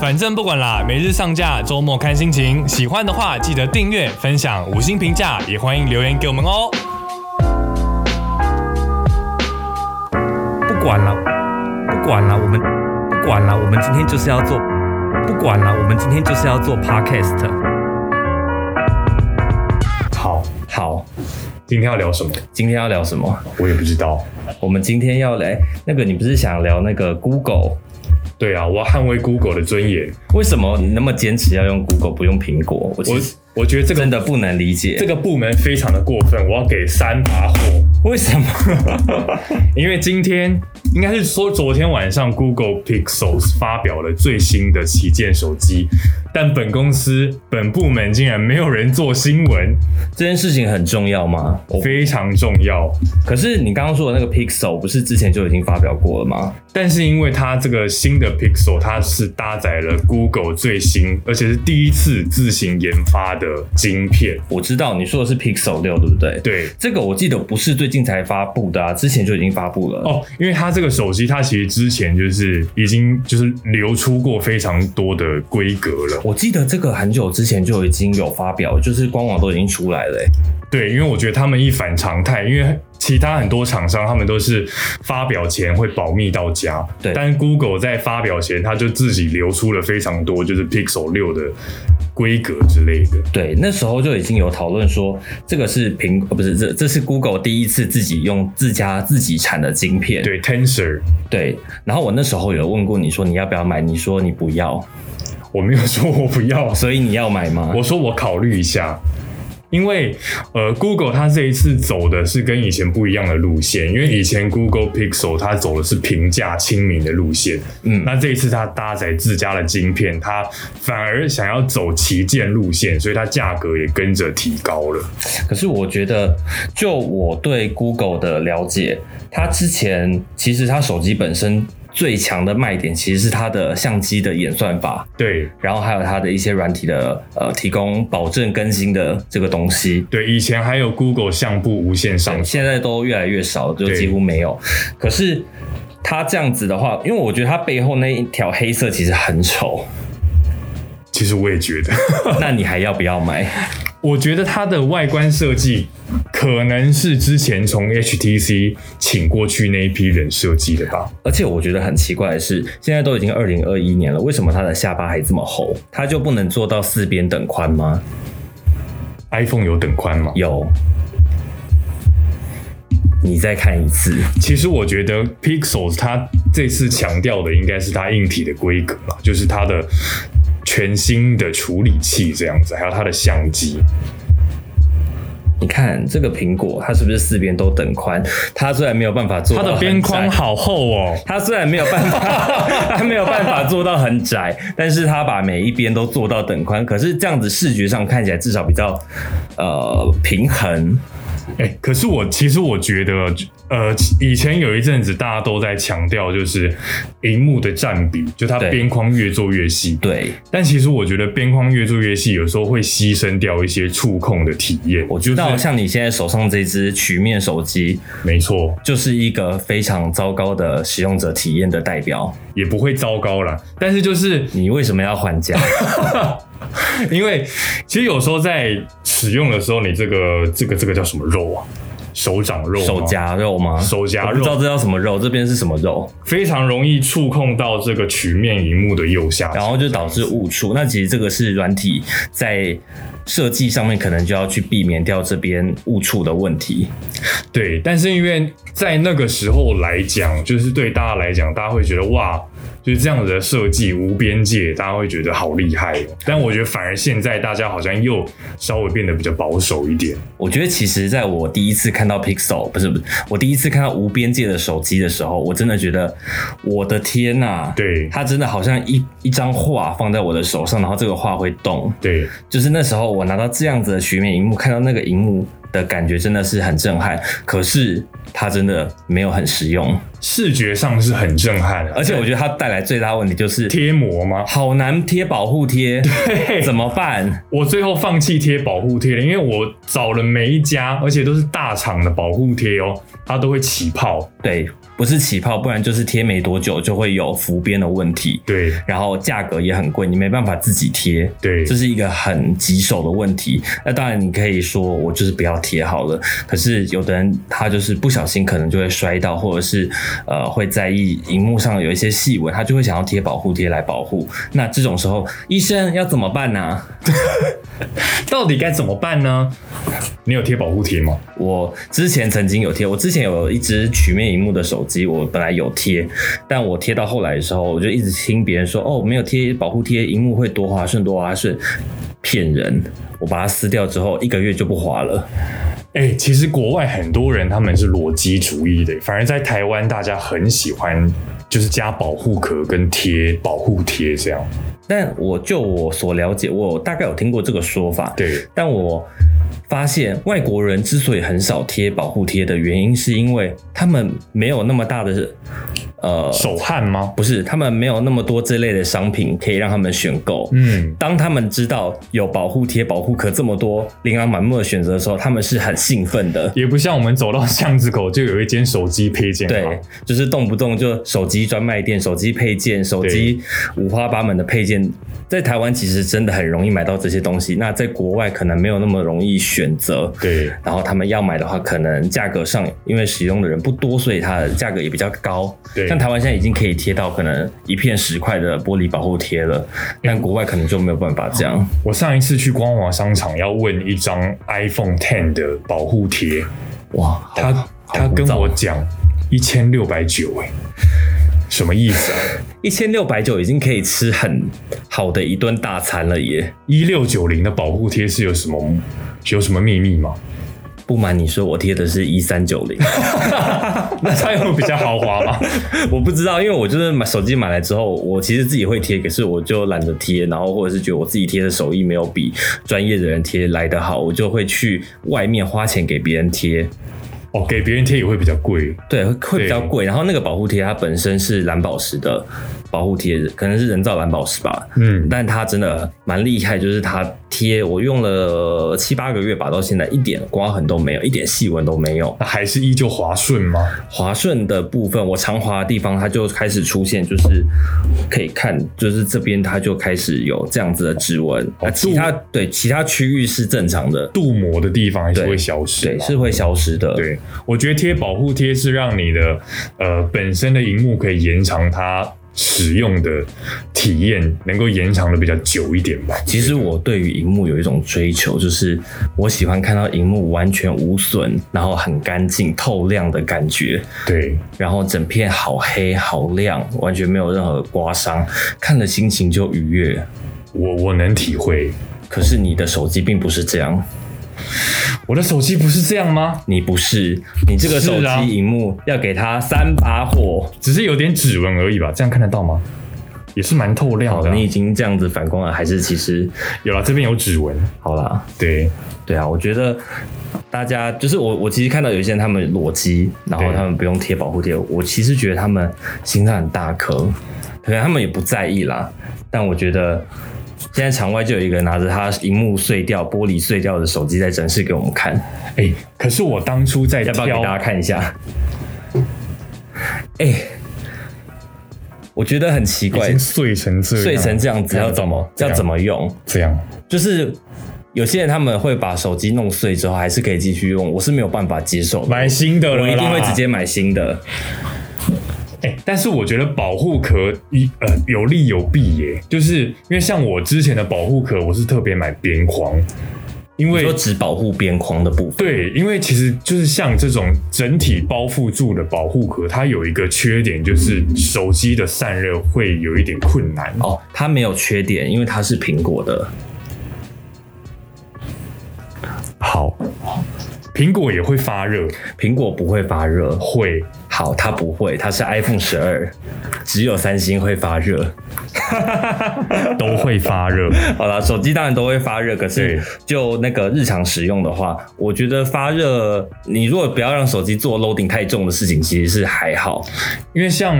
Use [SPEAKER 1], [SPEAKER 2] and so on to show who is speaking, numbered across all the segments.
[SPEAKER 1] 反正不管啦，每日上架，周末看心情。喜欢的话记得订阅、分享、五星评价，也欢迎留言给我们哦。
[SPEAKER 2] 不管了，不管了，我们不管了，我们今天就是要做，不管了，我们今天就是要做 podcast。
[SPEAKER 3] 好，
[SPEAKER 2] 好，
[SPEAKER 3] 今天要聊什么？
[SPEAKER 2] 今天要聊什么？
[SPEAKER 3] 我也不知道。
[SPEAKER 2] 我们今天要来那个，你不是想聊那个 Google？
[SPEAKER 3] 对啊，我要捍卫 Google 的尊严。
[SPEAKER 2] 为什么你那么坚持要用 Google 不用苹果？我其实
[SPEAKER 3] 我我觉得这个
[SPEAKER 2] 真的不能理解，
[SPEAKER 3] 这个部门非常的过分，我要给三把火。
[SPEAKER 2] 为什么？
[SPEAKER 3] 因为今天应该是说昨天晚上 Google Pixels 发表了最新的旗舰手机，但本公司本部门竟然没有人做新闻，
[SPEAKER 2] 这件事情很重要吗？我
[SPEAKER 3] 非常重要。
[SPEAKER 2] 可是你刚刚说的那个 Pixel 不是之前就已经发表过了吗？
[SPEAKER 3] 但是因为它这个新的 Pixel，它是搭载了 Google 最新，而且是第一次自行研发的晶片。
[SPEAKER 2] 我知道你说的是 Pixel 六，对不对？，
[SPEAKER 3] 对，
[SPEAKER 2] 这个我记得不是最近才发布的啊，之前就已经发布了。
[SPEAKER 3] 哦，因为它这个手机，它其实之前就是已经就是流出过非常多的规格了。
[SPEAKER 2] 我记得这个很久之前就已经有发表，就是官网都已经出来了欸、
[SPEAKER 3] 对，因为我觉得他们一反常态，因为其他很多厂商他们都是发表前会保密到家，
[SPEAKER 2] 对
[SPEAKER 3] 但 Google 在发表前，它就自己流出了非常多就是 Pixel 六的规格之类的。
[SPEAKER 2] 对，那时候就已经有讨论说，这个是苹，呃，不是这这是 Google 第一次自己用自家自己产的晶片。
[SPEAKER 3] 对，Tensor，
[SPEAKER 2] 对然后我那时候有问过你说你要不要买，你说你不要，
[SPEAKER 3] 我没有说我不要，
[SPEAKER 2] 所以你要买吗？
[SPEAKER 3] 我说我考虑一下，因为呃，Google 它这一次走的是跟以前不一样的路线，因为以前 Google Pixel 它走的是平价亲民的路线，
[SPEAKER 2] 嗯
[SPEAKER 3] 那这一次它搭载自家的晶片，它反而想要走旗舰路线，所以它价格也跟着提高了。
[SPEAKER 2] 可是我觉得，就我对 Google 的了解，它之前其实它手机本身最强的卖点其实是它的相机的演算法，
[SPEAKER 3] 对
[SPEAKER 2] 然后还有它的一些软体的呃提供保证更新的这个东西。
[SPEAKER 3] 对，以前还有 Google 相簿无线上
[SPEAKER 2] 对，现在都越来越少，就
[SPEAKER 3] 对
[SPEAKER 2] 几乎没有。可是它这样子的话，因为我觉得它背后那一条黑色其实 很丑，
[SPEAKER 3] 其实我也觉得，
[SPEAKER 2] 那你还要不要买？
[SPEAKER 3] 我觉得它的外观设计可能是之前从 HTC 请过去那一批人设计的吧。
[SPEAKER 2] 而且我觉得很奇怪的是，现在都已经二零二一年了，为什么它的下巴还这么厚？它就不能做到四边等宽吗？
[SPEAKER 3] iPhone 有等宽吗？
[SPEAKER 2] 有，你再看一次。
[SPEAKER 3] 其实我觉得 Pixels 它这次强调的应该是它硬体的规格啦，就是它的全新的处理器这样子，还有它的相机。
[SPEAKER 2] 你看这个苹果，它是不是四边都等宽？它虽然没有办法做
[SPEAKER 3] 它
[SPEAKER 2] 到
[SPEAKER 3] 的
[SPEAKER 2] 很
[SPEAKER 3] 边
[SPEAKER 2] 窄
[SPEAKER 3] 框好厚哦，
[SPEAKER 2] 他虽然没有办法，他没有办法做到很窄，但是他把每一边都做到等宽，可是这样子视觉上看起来至少比较呃平衡。
[SPEAKER 3] 哎、可是我其实我觉得，呃，以前有一阵子大家都在强调，就是荧幕的占比，就它
[SPEAKER 2] 对
[SPEAKER 3] 边框越做越细。
[SPEAKER 2] 对，
[SPEAKER 3] 但其实我觉得边框越做越细，有时候会牺牲掉一些触控的体验。
[SPEAKER 2] 我知
[SPEAKER 3] 就
[SPEAKER 2] 道，
[SPEAKER 3] 是
[SPEAKER 2] 像你现在手上这只曲面手机，
[SPEAKER 3] 没错，
[SPEAKER 2] 就是一个非常糟糕的使用者体验的代表。
[SPEAKER 3] 也不会糟糕啦。但是就是
[SPEAKER 2] 你为什么要还价？
[SPEAKER 3] 因为其实有时候在使用的时候，你这个这个这个叫什么肉啊？手掌肉吗、
[SPEAKER 2] 手夹肉吗？
[SPEAKER 3] 手夹肉
[SPEAKER 2] 我不知道这叫什么肉，这边是什么肉，
[SPEAKER 3] 非常容易触控到这个曲面荧幕的右下
[SPEAKER 2] 然
[SPEAKER 3] 角。
[SPEAKER 2] 后就导致误触。那其实这个是软体在设计上面可能就要去避免掉这边误触的问题。
[SPEAKER 3] 对，但是因为在那个时候来讲，就是对大家来讲，大家会觉得哇，就是这样子的设计无边界，大家会觉得好厉害哦。但我觉得反而现在大家好像又稍微变得比较保守一点。
[SPEAKER 2] 我觉得其实在我第一次看到 Pixel，不是不是，我第一次看到无边界的手机的时候，我真的觉得，我的天呐、
[SPEAKER 3] 对
[SPEAKER 2] 它真的好像一一张画放在我的手上，然后这个画会动。
[SPEAKER 3] 对，
[SPEAKER 2] 就是那时候我拿到这样子的曲面荧幕，看到那个荧幕的感觉真的是很震撼。可是它真的没有很实用，
[SPEAKER 3] 视觉上是很震撼的，
[SPEAKER 2] 而且我觉得它带来最大问题就是
[SPEAKER 3] 贴膜吗？
[SPEAKER 2] 好难贴保护贴，怎么办？
[SPEAKER 3] 我最后放弃贴保护贴了，因为我找了每一家，而且都是大厂的保护贴哦，它都会起泡。
[SPEAKER 2] 对，不是起泡，不然就是贴没多久就会有浮边的问题，
[SPEAKER 3] 对
[SPEAKER 2] 然后价格也很贵，你没办法自己贴。
[SPEAKER 3] 对，
[SPEAKER 2] 这是一个很棘手的问题。那当然，你可以说我就是不要贴好了。可是有的人他就是不小心，可能就会摔到，或者是呃会在意荧幕上有一些细纹，他就会想要贴保护贴来保护。那这种时候，医生要怎么办啊呢、
[SPEAKER 3] 到底该怎么办呢？你有贴保护贴吗？
[SPEAKER 2] 我之前曾经有贴，我之前有一只曲面荧幕的手机，我本来有贴，但我贴到后来的时候，我就一直听别人说，哦，没有贴保护贴，荧幕会多滑顺，多滑顺，骗人。我把它撕掉之后，一个月就不滑了。
[SPEAKER 3] 哎、其实国外很多人他们是裸机主义的，反而在台湾大家很喜欢，就是加保护壳跟贴保护贴这样。
[SPEAKER 2] 但我就我所了解，我大概有听过这个说法，
[SPEAKER 3] 对，
[SPEAKER 2] 但我发现外国人之所以很少贴保护贴的原因，是因为他们没有那么大的呃，
[SPEAKER 3] 手汗吗？
[SPEAKER 2] 不是，他们没有那么多这类的商品可以让他们选购。
[SPEAKER 3] 嗯，
[SPEAKER 2] 当他们知道有保护贴、保护壳这么多琳琅满目的选择的时候，他们是很兴奋的。
[SPEAKER 3] 也不像我们走到巷子口就有一间手机配件行
[SPEAKER 2] 对，就是动不动就手机专卖店、手机配件、手机五花八门的配件，在台湾其实真的很容易买到这些东西。那在国外可能没有那么容易选择。
[SPEAKER 3] 对，
[SPEAKER 2] 然后他们要买的话，可能价格上因为使用的人不多，所以它的价格也比较高。
[SPEAKER 3] 对
[SPEAKER 2] 像台湾现在已经可以贴到可能一片十块的玻璃保护贴了，但国外可能就没有办法这样。
[SPEAKER 3] 我上一次去光华商场要问一张 iPhone Ten 的保护贴，
[SPEAKER 2] 哇，
[SPEAKER 3] 他他跟我讲一千六百九，哎，什么意思啊？
[SPEAKER 2] 一千六百九已经可以吃很好的一顿大餐了耶！
[SPEAKER 3] 一六九零的保护贴是有什么有什么秘密吗？
[SPEAKER 2] 不瞒你说，我贴的是一三 九零，
[SPEAKER 3] 那它有比较豪华吗？
[SPEAKER 2] 我不知道，因为我就是买手机买来之后，我其实自己会贴，可是我就懒得贴，然后或者是觉得我自己贴的手艺没有比专业的人贴来得好，我就会去外面花钱给别人贴。
[SPEAKER 3] 哦，给别人贴也会比较贵。
[SPEAKER 2] 对，会会比较贵。然后那个保护贴它本身是蓝宝石的保护贴，可能是人造蓝宝石吧。
[SPEAKER 3] 嗯，
[SPEAKER 2] 但它真的蛮厉害，就是它贴我用了七八个月吧，到现在一点刮痕都没有，一点细纹都没有。
[SPEAKER 3] 那还是依旧滑顺吗？
[SPEAKER 2] 滑顺的部分，我常滑的地方它就开始出现，就是可以看，就是这边它就开始有这样子的指纹。那、
[SPEAKER 3] 哦
[SPEAKER 2] 其他对其他区域是正常的，
[SPEAKER 3] 镀膜的地方还是
[SPEAKER 2] 对
[SPEAKER 3] 会消失
[SPEAKER 2] 对
[SPEAKER 3] 吗。
[SPEAKER 2] 是会消失的。
[SPEAKER 3] 对，我觉得贴保护贴是让你的呃本身的荧幕可以延长它使用的体验，能够延长的比较久一点吧。
[SPEAKER 2] 其实我对于荧幕有一种追求，就是我喜欢看到荧幕完全无损，然后很干净、透亮的感觉，
[SPEAKER 3] 对，
[SPEAKER 2] 然后整片好黑、好亮，完全没有任何刮伤，看了心情就愉悦。
[SPEAKER 3] 我我能体会。
[SPEAKER 2] 可是你的手机并不是这样，
[SPEAKER 3] 我的手机不是这样吗？
[SPEAKER 2] 你不是你这个手
[SPEAKER 3] 是啊
[SPEAKER 2] 机荧幕要给它三把火。
[SPEAKER 3] 只是有点指纹而已吧，这样看得到吗？也是蛮透亮
[SPEAKER 2] 好，
[SPEAKER 3] 的啊、
[SPEAKER 2] 你已经这样子反光了，还是其实
[SPEAKER 3] 有了，这边有指纹。
[SPEAKER 2] 好啦，
[SPEAKER 3] 对，
[SPEAKER 2] 对啊，我觉得大家就是我，我其实看到有一些人他们裸机，然后
[SPEAKER 3] 对
[SPEAKER 2] 他们不用贴保护贴，我其实觉得他们心脏很大颗，可能他们也不在意啦。但我觉得现在场外就有一个拿着他荧幕碎掉、玻璃碎掉的手机在展示给我们看，
[SPEAKER 3] 哎、可是我当初在
[SPEAKER 2] 要不要给
[SPEAKER 3] 挑
[SPEAKER 2] 大家看一下？哎、我觉得很奇
[SPEAKER 3] 已
[SPEAKER 2] 怪
[SPEAKER 3] 经，碎成这样，
[SPEAKER 2] 碎成这样子要怎么
[SPEAKER 3] 这
[SPEAKER 2] 要
[SPEAKER 3] 样
[SPEAKER 2] 怎么用？
[SPEAKER 3] 这样？
[SPEAKER 2] 就是有些人他们会把手机弄碎之后，还是可以继续用，我是没有办法接受的。
[SPEAKER 3] 买新的了
[SPEAKER 2] 我
[SPEAKER 3] 啦，
[SPEAKER 2] 一定会直接买新的。
[SPEAKER 3] 哎、但是我觉得保护壳一呃有利有弊耶，就是因为像我之前的保护壳，我是特别买边框，因
[SPEAKER 2] 你
[SPEAKER 3] 为
[SPEAKER 2] 说只保护边框的部分，
[SPEAKER 3] 对，因为其实就是像这种整体包覆住的保护壳，它有一个缺点就是手机的散热会有一点困难。
[SPEAKER 2] 哦，它没有缺点，因为它是苹果的。
[SPEAKER 3] 好，苹果也会发热，
[SPEAKER 2] 苹果不会发热，
[SPEAKER 3] 会
[SPEAKER 2] 好，它不会，它是 iPhone 十二，只有三星会发热。
[SPEAKER 3] 都会发热。
[SPEAKER 2] 好啦，手机当然都会发热，可是
[SPEAKER 3] 对
[SPEAKER 2] 就那个日常使用的话，我觉得发热，你如果不要让手机做 loading 太重的事情，其实是还好。
[SPEAKER 3] 因为像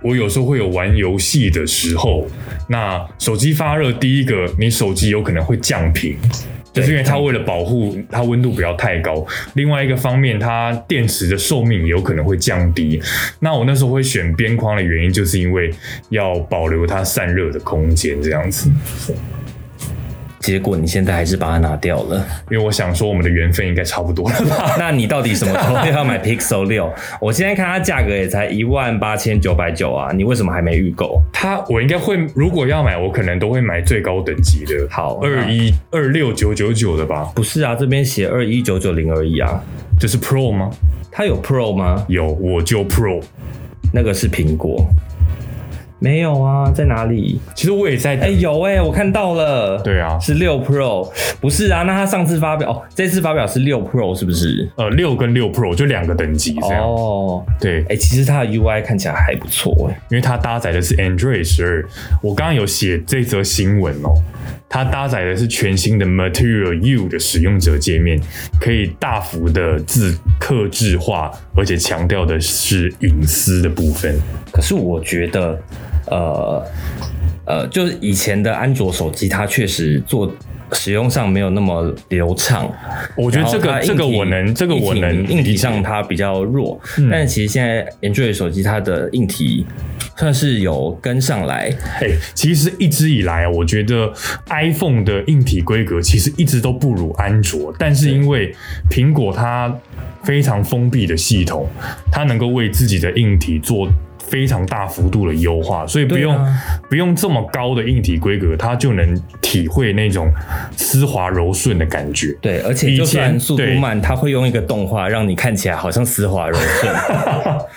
[SPEAKER 3] 我有时候会有玩游戏的时候，那手机发热，第一个你手机有可能会降频，就是因为它为了保护它温度不要太高。另外一个方面，它电池的寿命也有可能会降低。那我那时候会选边框的原因，就是因为要保留它散热的空间，这样子。
[SPEAKER 2] 结果你现在还是把它拿掉了，
[SPEAKER 3] 因为我想说，我们的缘分应该差不多了吧。
[SPEAKER 2] 那你到底什么时候要买 Pixel 六？我现在看它价格也才一万八千九百九啊，你为什么还没预购？
[SPEAKER 3] 它我应该会，如果要买，我可能都会买最高等级的，
[SPEAKER 2] 好
[SPEAKER 3] 二一二六九九九的吧，
[SPEAKER 2] 不是啊，这边写二一九九零而已啊，
[SPEAKER 3] 这是 Pro 吗？
[SPEAKER 2] 它有 Pro 吗？
[SPEAKER 3] 有，我就 Pro。
[SPEAKER 2] 那个是苹果，没有啊，在哪里？
[SPEAKER 3] 其实我也在，
[SPEAKER 2] 哎、有哎、我看到了，
[SPEAKER 3] 对啊
[SPEAKER 2] 是六 Pro，不是啊？那它上次发表，哦，这次发表是六 Pro 是不是？
[SPEAKER 3] 呃，六跟六 Pro 就两个等级这样。
[SPEAKER 2] 哦，
[SPEAKER 3] 对，
[SPEAKER 2] 哎、其实它的 UI 看起来还不错哎、
[SPEAKER 3] 因为它搭载的是 Android 十二。我刚刚有写这则新闻哦，它搭载的是全新的 Material U 的使用者界面，可以大幅的自克制化，而且强调的是隐私的部分。
[SPEAKER 2] 可是我觉得，呃呃，就是以前的安卓手机，它确实做使用上没有那么流畅。
[SPEAKER 3] 我觉得这
[SPEAKER 2] 然后
[SPEAKER 3] 个
[SPEAKER 2] 它
[SPEAKER 3] 这个
[SPEAKER 2] 硬体
[SPEAKER 3] 我能，这个我
[SPEAKER 2] 硬体
[SPEAKER 3] 能
[SPEAKER 2] 硬
[SPEAKER 3] 理
[SPEAKER 2] 体
[SPEAKER 3] 解嗯
[SPEAKER 2] 上它比较弱，但是其实现在 Android 手机它的硬体算是有跟上来，
[SPEAKER 3] 哎、其实一直以来啊，我觉得 iPhone 的硬体规格其实一直都不如安卓，但是因为苹果它非常封闭的系统，它能够为自己的硬体做。非常大幅度的优化，所以不
[SPEAKER 2] 对啊
[SPEAKER 3] 用、不用这么高的硬体规格，它就能体会那种丝滑柔顺的感觉。
[SPEAKER 2] 对，而且
[SPEAKER 3] 以
[SPEAKER 2] 就
[SPEAKER 3] 前
[SPEAKER 2] 算速度
[SPEAKER 3] 对
[SPEAKER 2] 慢，它会用一个动画让你看起来好像丝滑 柔顺，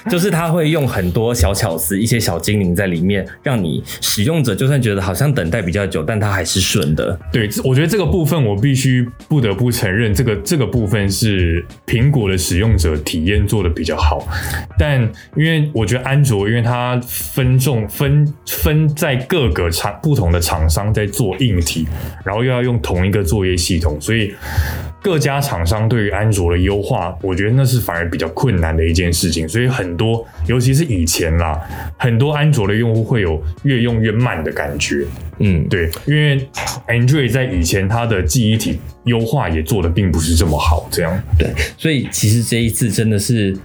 [SPEAKER 2] 就是它会用很多小巧思、一些小精灵在里面，让你使用者就算觉得好像等待比较久，但它还是顺的。
[SPEAKER 3] 对，这我觉得这个部分我必须不得不承认，这个这个部分是苹果的使用者体验做的比较好。但因为我觉得安卓，因为它分众分分在各个厂不同的厂商在做硬体，然后又要用同一个作业系统，所以各家厂商对于安卓的优化，我觉得那是反而比较困难的一件事情。所以很多，尤其是以前啦，很多安卓的用户会有越用越慢的感觉。
[SPEAKER 2] 嗯，
[SPEAKER 3] 对，因为 Android 在以前它的记忆体优化也做的并不是这么好，这样
[SPEAKER 2] 对，所以其实这一次真的是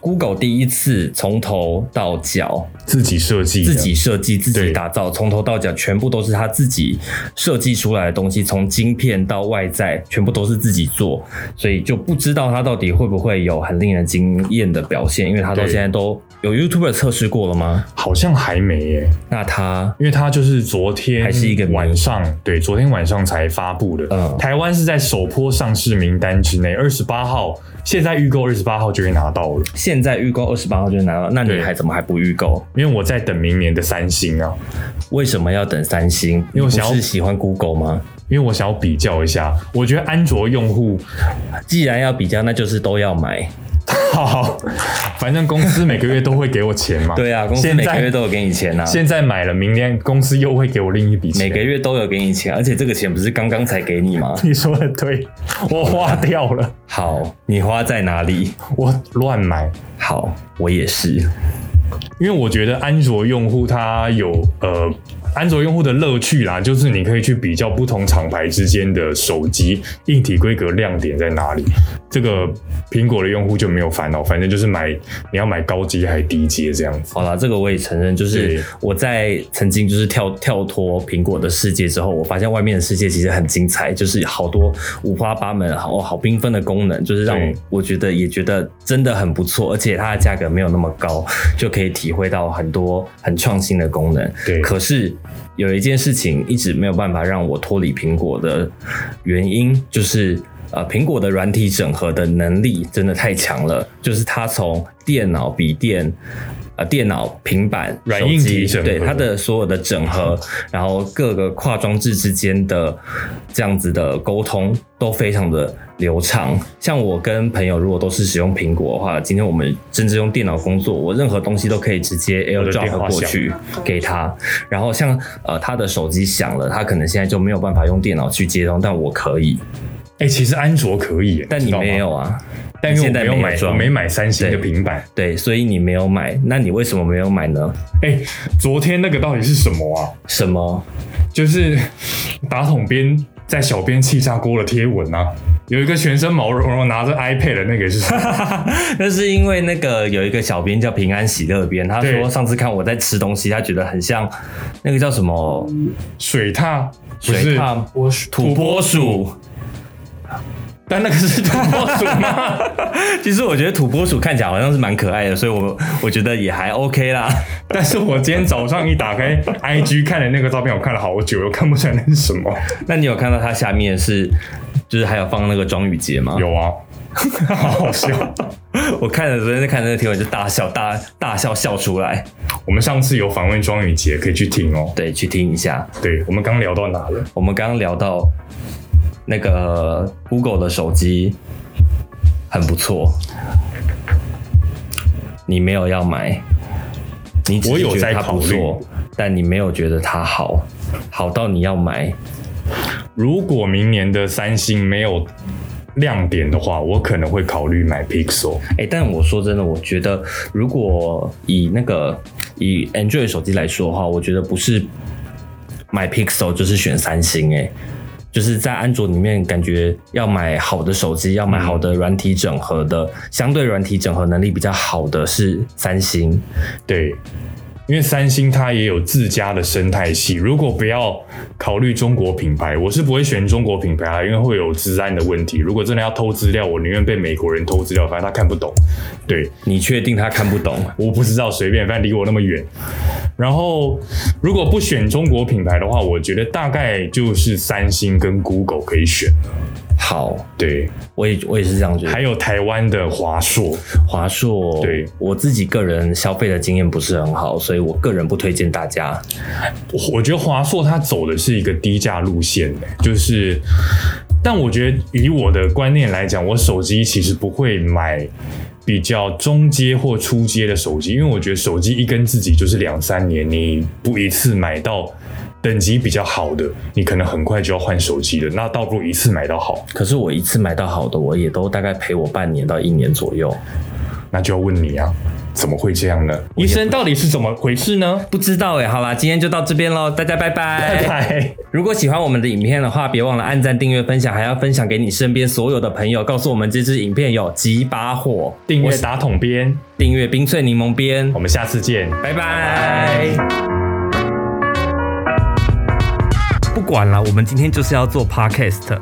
[SPEAKER 2] Google 第一次从头到脚
[SPEAKER 3] 自己设计的
[SPEAKER 2] 自己设计、自己
[SPEAKER 3] 对
[SPEAKER 2] 打造，从头到脚全部都是他自己设计出来的东西，从晶片到外在全部都是自己做，所以就不知道他到底会不会有很令人惊艳的表现，因为他到
[SPEAKER 3] 对
[SPEAKER 2] 现在都有 YouTuber 测试过了吗？
[SPEAKER 3] 好像还没耶，
[SPEAKER 2] 那他
[SPEAKER 3] 因为它就是昨天
[SPEAKER 2] 还是一个谜
[SPEAKER 3] 晚上，对，昨天晚上才发布的。
[SPEAKER 2] 嗯
[SPEAKER 3] 台湾是在首波上市名单之内，二十八号现在预购二十八号就会拿到了，
[SPEAKER 2] 现在预购二十八号就拿到，那你
[SPEAKER 3] 对
[SPEAKER 2] 还怎么还不预购？
[SPEAKER 3] 因为我在等明年的三星啊，
[SPEAKER 2] 为什么要等三星？
[SPEAKER 3] 因为我
[SPEAKER 2] 你
[SPEAKER 3] 想要
[SPEAKER 2] 不是喜欢 Google 吗？
[SPEAKER 3] 因为我想要比较一下，我觉得安卓用户
[SPEAKER 2] 既然要比较，那就是都要买。
[SPEAKER 3] 好，反正公司每个月都会给我钱嘛，
[SPEAKER 2] 对啊，公司
[SPEAKER 3] 现
[SPEAKER 2] 每
[SPEAKER 3] 在
[SPEAKER 2] 个月都有给你钱呐、啊。
[SPEAKER 3] 现在买了，明年公司又会给我另一笔钱。
[SPEAKER 2] 每个月都有给你钱，而且这个钱不是刚刚才给你吗？
[SPEAKER 3] 你说的 对，我花掉了，
[SPEAKER 2] 好，你花在哪里？
[SPEAKER 3] 我乱买，
[SPEAKER 2] 好，我也是。
[SPEAKER 3] 因为我觉得安卓用户他有呃，安卓用户的乐趣啦，就是你可以去比较不同厂牌之间的手机硬体规格亮点在哪里。这个苹果的用户就没有烦恼，反正就是买你要买高阶还是低阶这样子。
[SPEAKER 2] 好啦，这个我也承认，就是
[SPEAKER 3] 对
[SPEAKER 2] 我在曾经就是跳跳脱苹果的世界之后，我发现外面的世界其实很精彩，就是好多五花八门，好好缤纷的功能，就是让我
[SPEAKER 3] 对
[SPEAKER 2] 我觉得也觉得真的很不错，而且它的价格没有那么高， 就可以体会到很多很创新的功能。
[SPEAKER 3] 对
[SPEAKER 2] 可是有一件事情一直没有办法让我脱离苹果的原因，就是呃，苹果的软体整合的能力真的太强了，就是它从电脑、笔电。呃电脑、平板、
[SPEAKER 3] 软
[SPEAKER 2] 手
[SPEAKER 3] 硬
[SPEAKER 2] 机
[SPEAKER 3] 体整
[SPEAKER 2] 对
[SPEAKER 3] 合
[SPEAKER 2] 它的所有的整合，然后各个跨装置之间的这样子的沟通都非常的流畅。像我跟朋友如果都是使用苹果的话，今天我们甚至用电脑工作，我任何东西都可以直接
[SPEAKER 3] 我的电
[SPEAKER 2] AirDrop
[SPEAKER 3] 话
[SPEAKER 2] 过
[SPEAKER 3] 响
[SPEAKER 2] 去给他。然后像呃他的手机响了，他可能现在就没有办法用电脑去接通，但我可以，
[SPEAKER 3] 哎、其实安卓可以耶，
[SPEAKER 2] 但
[SPEAKER 3] 知
[SPEAKER 2] 你
[SPEAKER 3] 道吗
[SPEAKER 2] 没，有啊。
[SPEAKER 3] 但因为我
[SPEAKER 2] 你现在
[SPEAKER 3] 没有
[SPEAKER 2] 没有
[SPEAKER 3] 买，我
[SPEAKER 2] 装
[SPEAKER 3] 没买三星的
[SPEAKER 2] 对
[SPEAKER 3] 平板。
[SPEAKER 2] 对，所以你没有买，那你为什么没有买呢？
[SPEAKER 3] 哎、昨天那个到底是什么啊？
[SPEAKER 2] 什么？
[SPEAKER 3] 就是打桶边在小编气炸锅的贴文啊，有一个全身毛茸茸拿着 iPad 的那个是谁？
[SPEAKER 2] 那是因为那个有一个小编叫平安喜乐编，他
[SPEAKER 3] 对
[SPEAKER 2] 说上次看我在吃东西，他觉得很像那个叫什么
[SPEAKER 3] 水獭，不
[SPEAKER 2] 水
[SPEAKER 3] 是？
[SPEAKER 2] 獭
[SPEAKER 4] 我是
[SPEAKER 2] 土拨鼠。
[SPEAKER 3] 但那个是土拨鼠 吗？
[SPEAKER 2] 其实我觉得土拨鼠看起来好像是蛮可爱的，所以我 我觉得也还 OK 啦。
[SPEAKER 3] 但是我今天早上一打开 IG 看的那个照片，我看了好久，又看不出来那是什么。
[SPEAKER 2] 那你有看到它下面是就是还有放那个庄宇杰吗？
[SPEAKER 3] 有啊，好好笑。
[SPEAKER 2] 我看了昨天在看那个贴文就大笑大大笑笑出来。
[SPEAKER 3] 我们上次有访问庄宇杰，可以去听哦。
[SPEAKER 2] 对，去听一下。
[SPEAKER 3] 对，我们刚聊到哪了？
[SPEAKER 2] 我们刚刚聊到那个 Google 的手机很不错，你没有要买，你只
[SPEAKER 3] 我
[SPEAKER 2] 是
[SPEAKER 3] 有
[SPEAKER 2] 觉
[SPEAKER 3] 在
[SPEAKER 2] 得它
[SPEAKER 3] 考
[SPEAKER 2] 不
[SPEAKER 3] 虑
[SPEAKER 2] 错，但你没有觉得它好，好到你要买。
[SPEAKER 3] 如果明年的三星没有亮点的话，我可能会考虑买 Pixel。
[SPEAKER 2] 哎、但我说真的，我觉得如果以那个以 Android 手机来说的话，我觉得不是买 Pixel 就是选三星、欸，就是在安卓里面，感觉要买好的手机，要买好的软体整合的，相对软体整合能力比较好的是三星。
[SPEAKER 3] 对，因为三星它也有自家的生态系，如果不要考虑中国品牌，我是不会选中国品牌啊，因为会有治安的问题。如果真的要偷资料，我宁愿被美国人偷资料，反正他看不懂。对，
[SPEAKER 2] 你确定他看不懂？
[SPEAKER 3] 我不知道，随便，反正离我那么远。然后，如果不选中国品牌的话，我觉得大概就是三星跟 Google 可以选。
[SPEAKER 2] 好，
[SPEAKER 3] 对，
[SPEAKER 2] 我也我也是这样觉得
[SPEAKER 3] 还。有台湾的华硕，
[SPEAKER 2] 华硕，
[SPEAKER 3] 对
[SPEAKER 2] 我自己个人消费的经验不是很好，所以我个人不推荐大家。
[SPEAKER 3] 我我觉得华硕它走的是一个低价路线、欸，就是，但我觉得以我的观念来讲，我手机其实不会买比较中阶或初阶的手机，因为我觉得手机一跟自己就是两三年，你不一次买到等级比较好的，你可能很快就要换手机了，那倒不如一次买到好。
[SPEAKER 2] 可是我一次买到好的，我也都大概陪我半年到一年左右。
[SPEAKER 3] 那就要问你啊，怎么会这样呢？医生到底是怎么回事呢？
[SPEAKER 2] 不知道哎、好啦，今天就到这边喽，大家拜拜。
[SPEAKER 3] 拜拜。
[SPEAKER 2] 如果喜欢我们的影片的话，别忘了按赞、订阅、分享，还要分享给你身边所有的朋友，告诉我们这支影片有几把火。
[SPEAKER 3] 订
[SPEAKER 2] 我
[SPEAKER 3] 阅
[SPEAKER 2] 是
[SPEAKER 3] 打桶边，
[SPEAKER 2] 订阅冰萃柠檬边
[SPEAKER 3] 我，们下次见。
[SPEAKER 2] 拜拜。不管了，我们今天就是要做 podcast。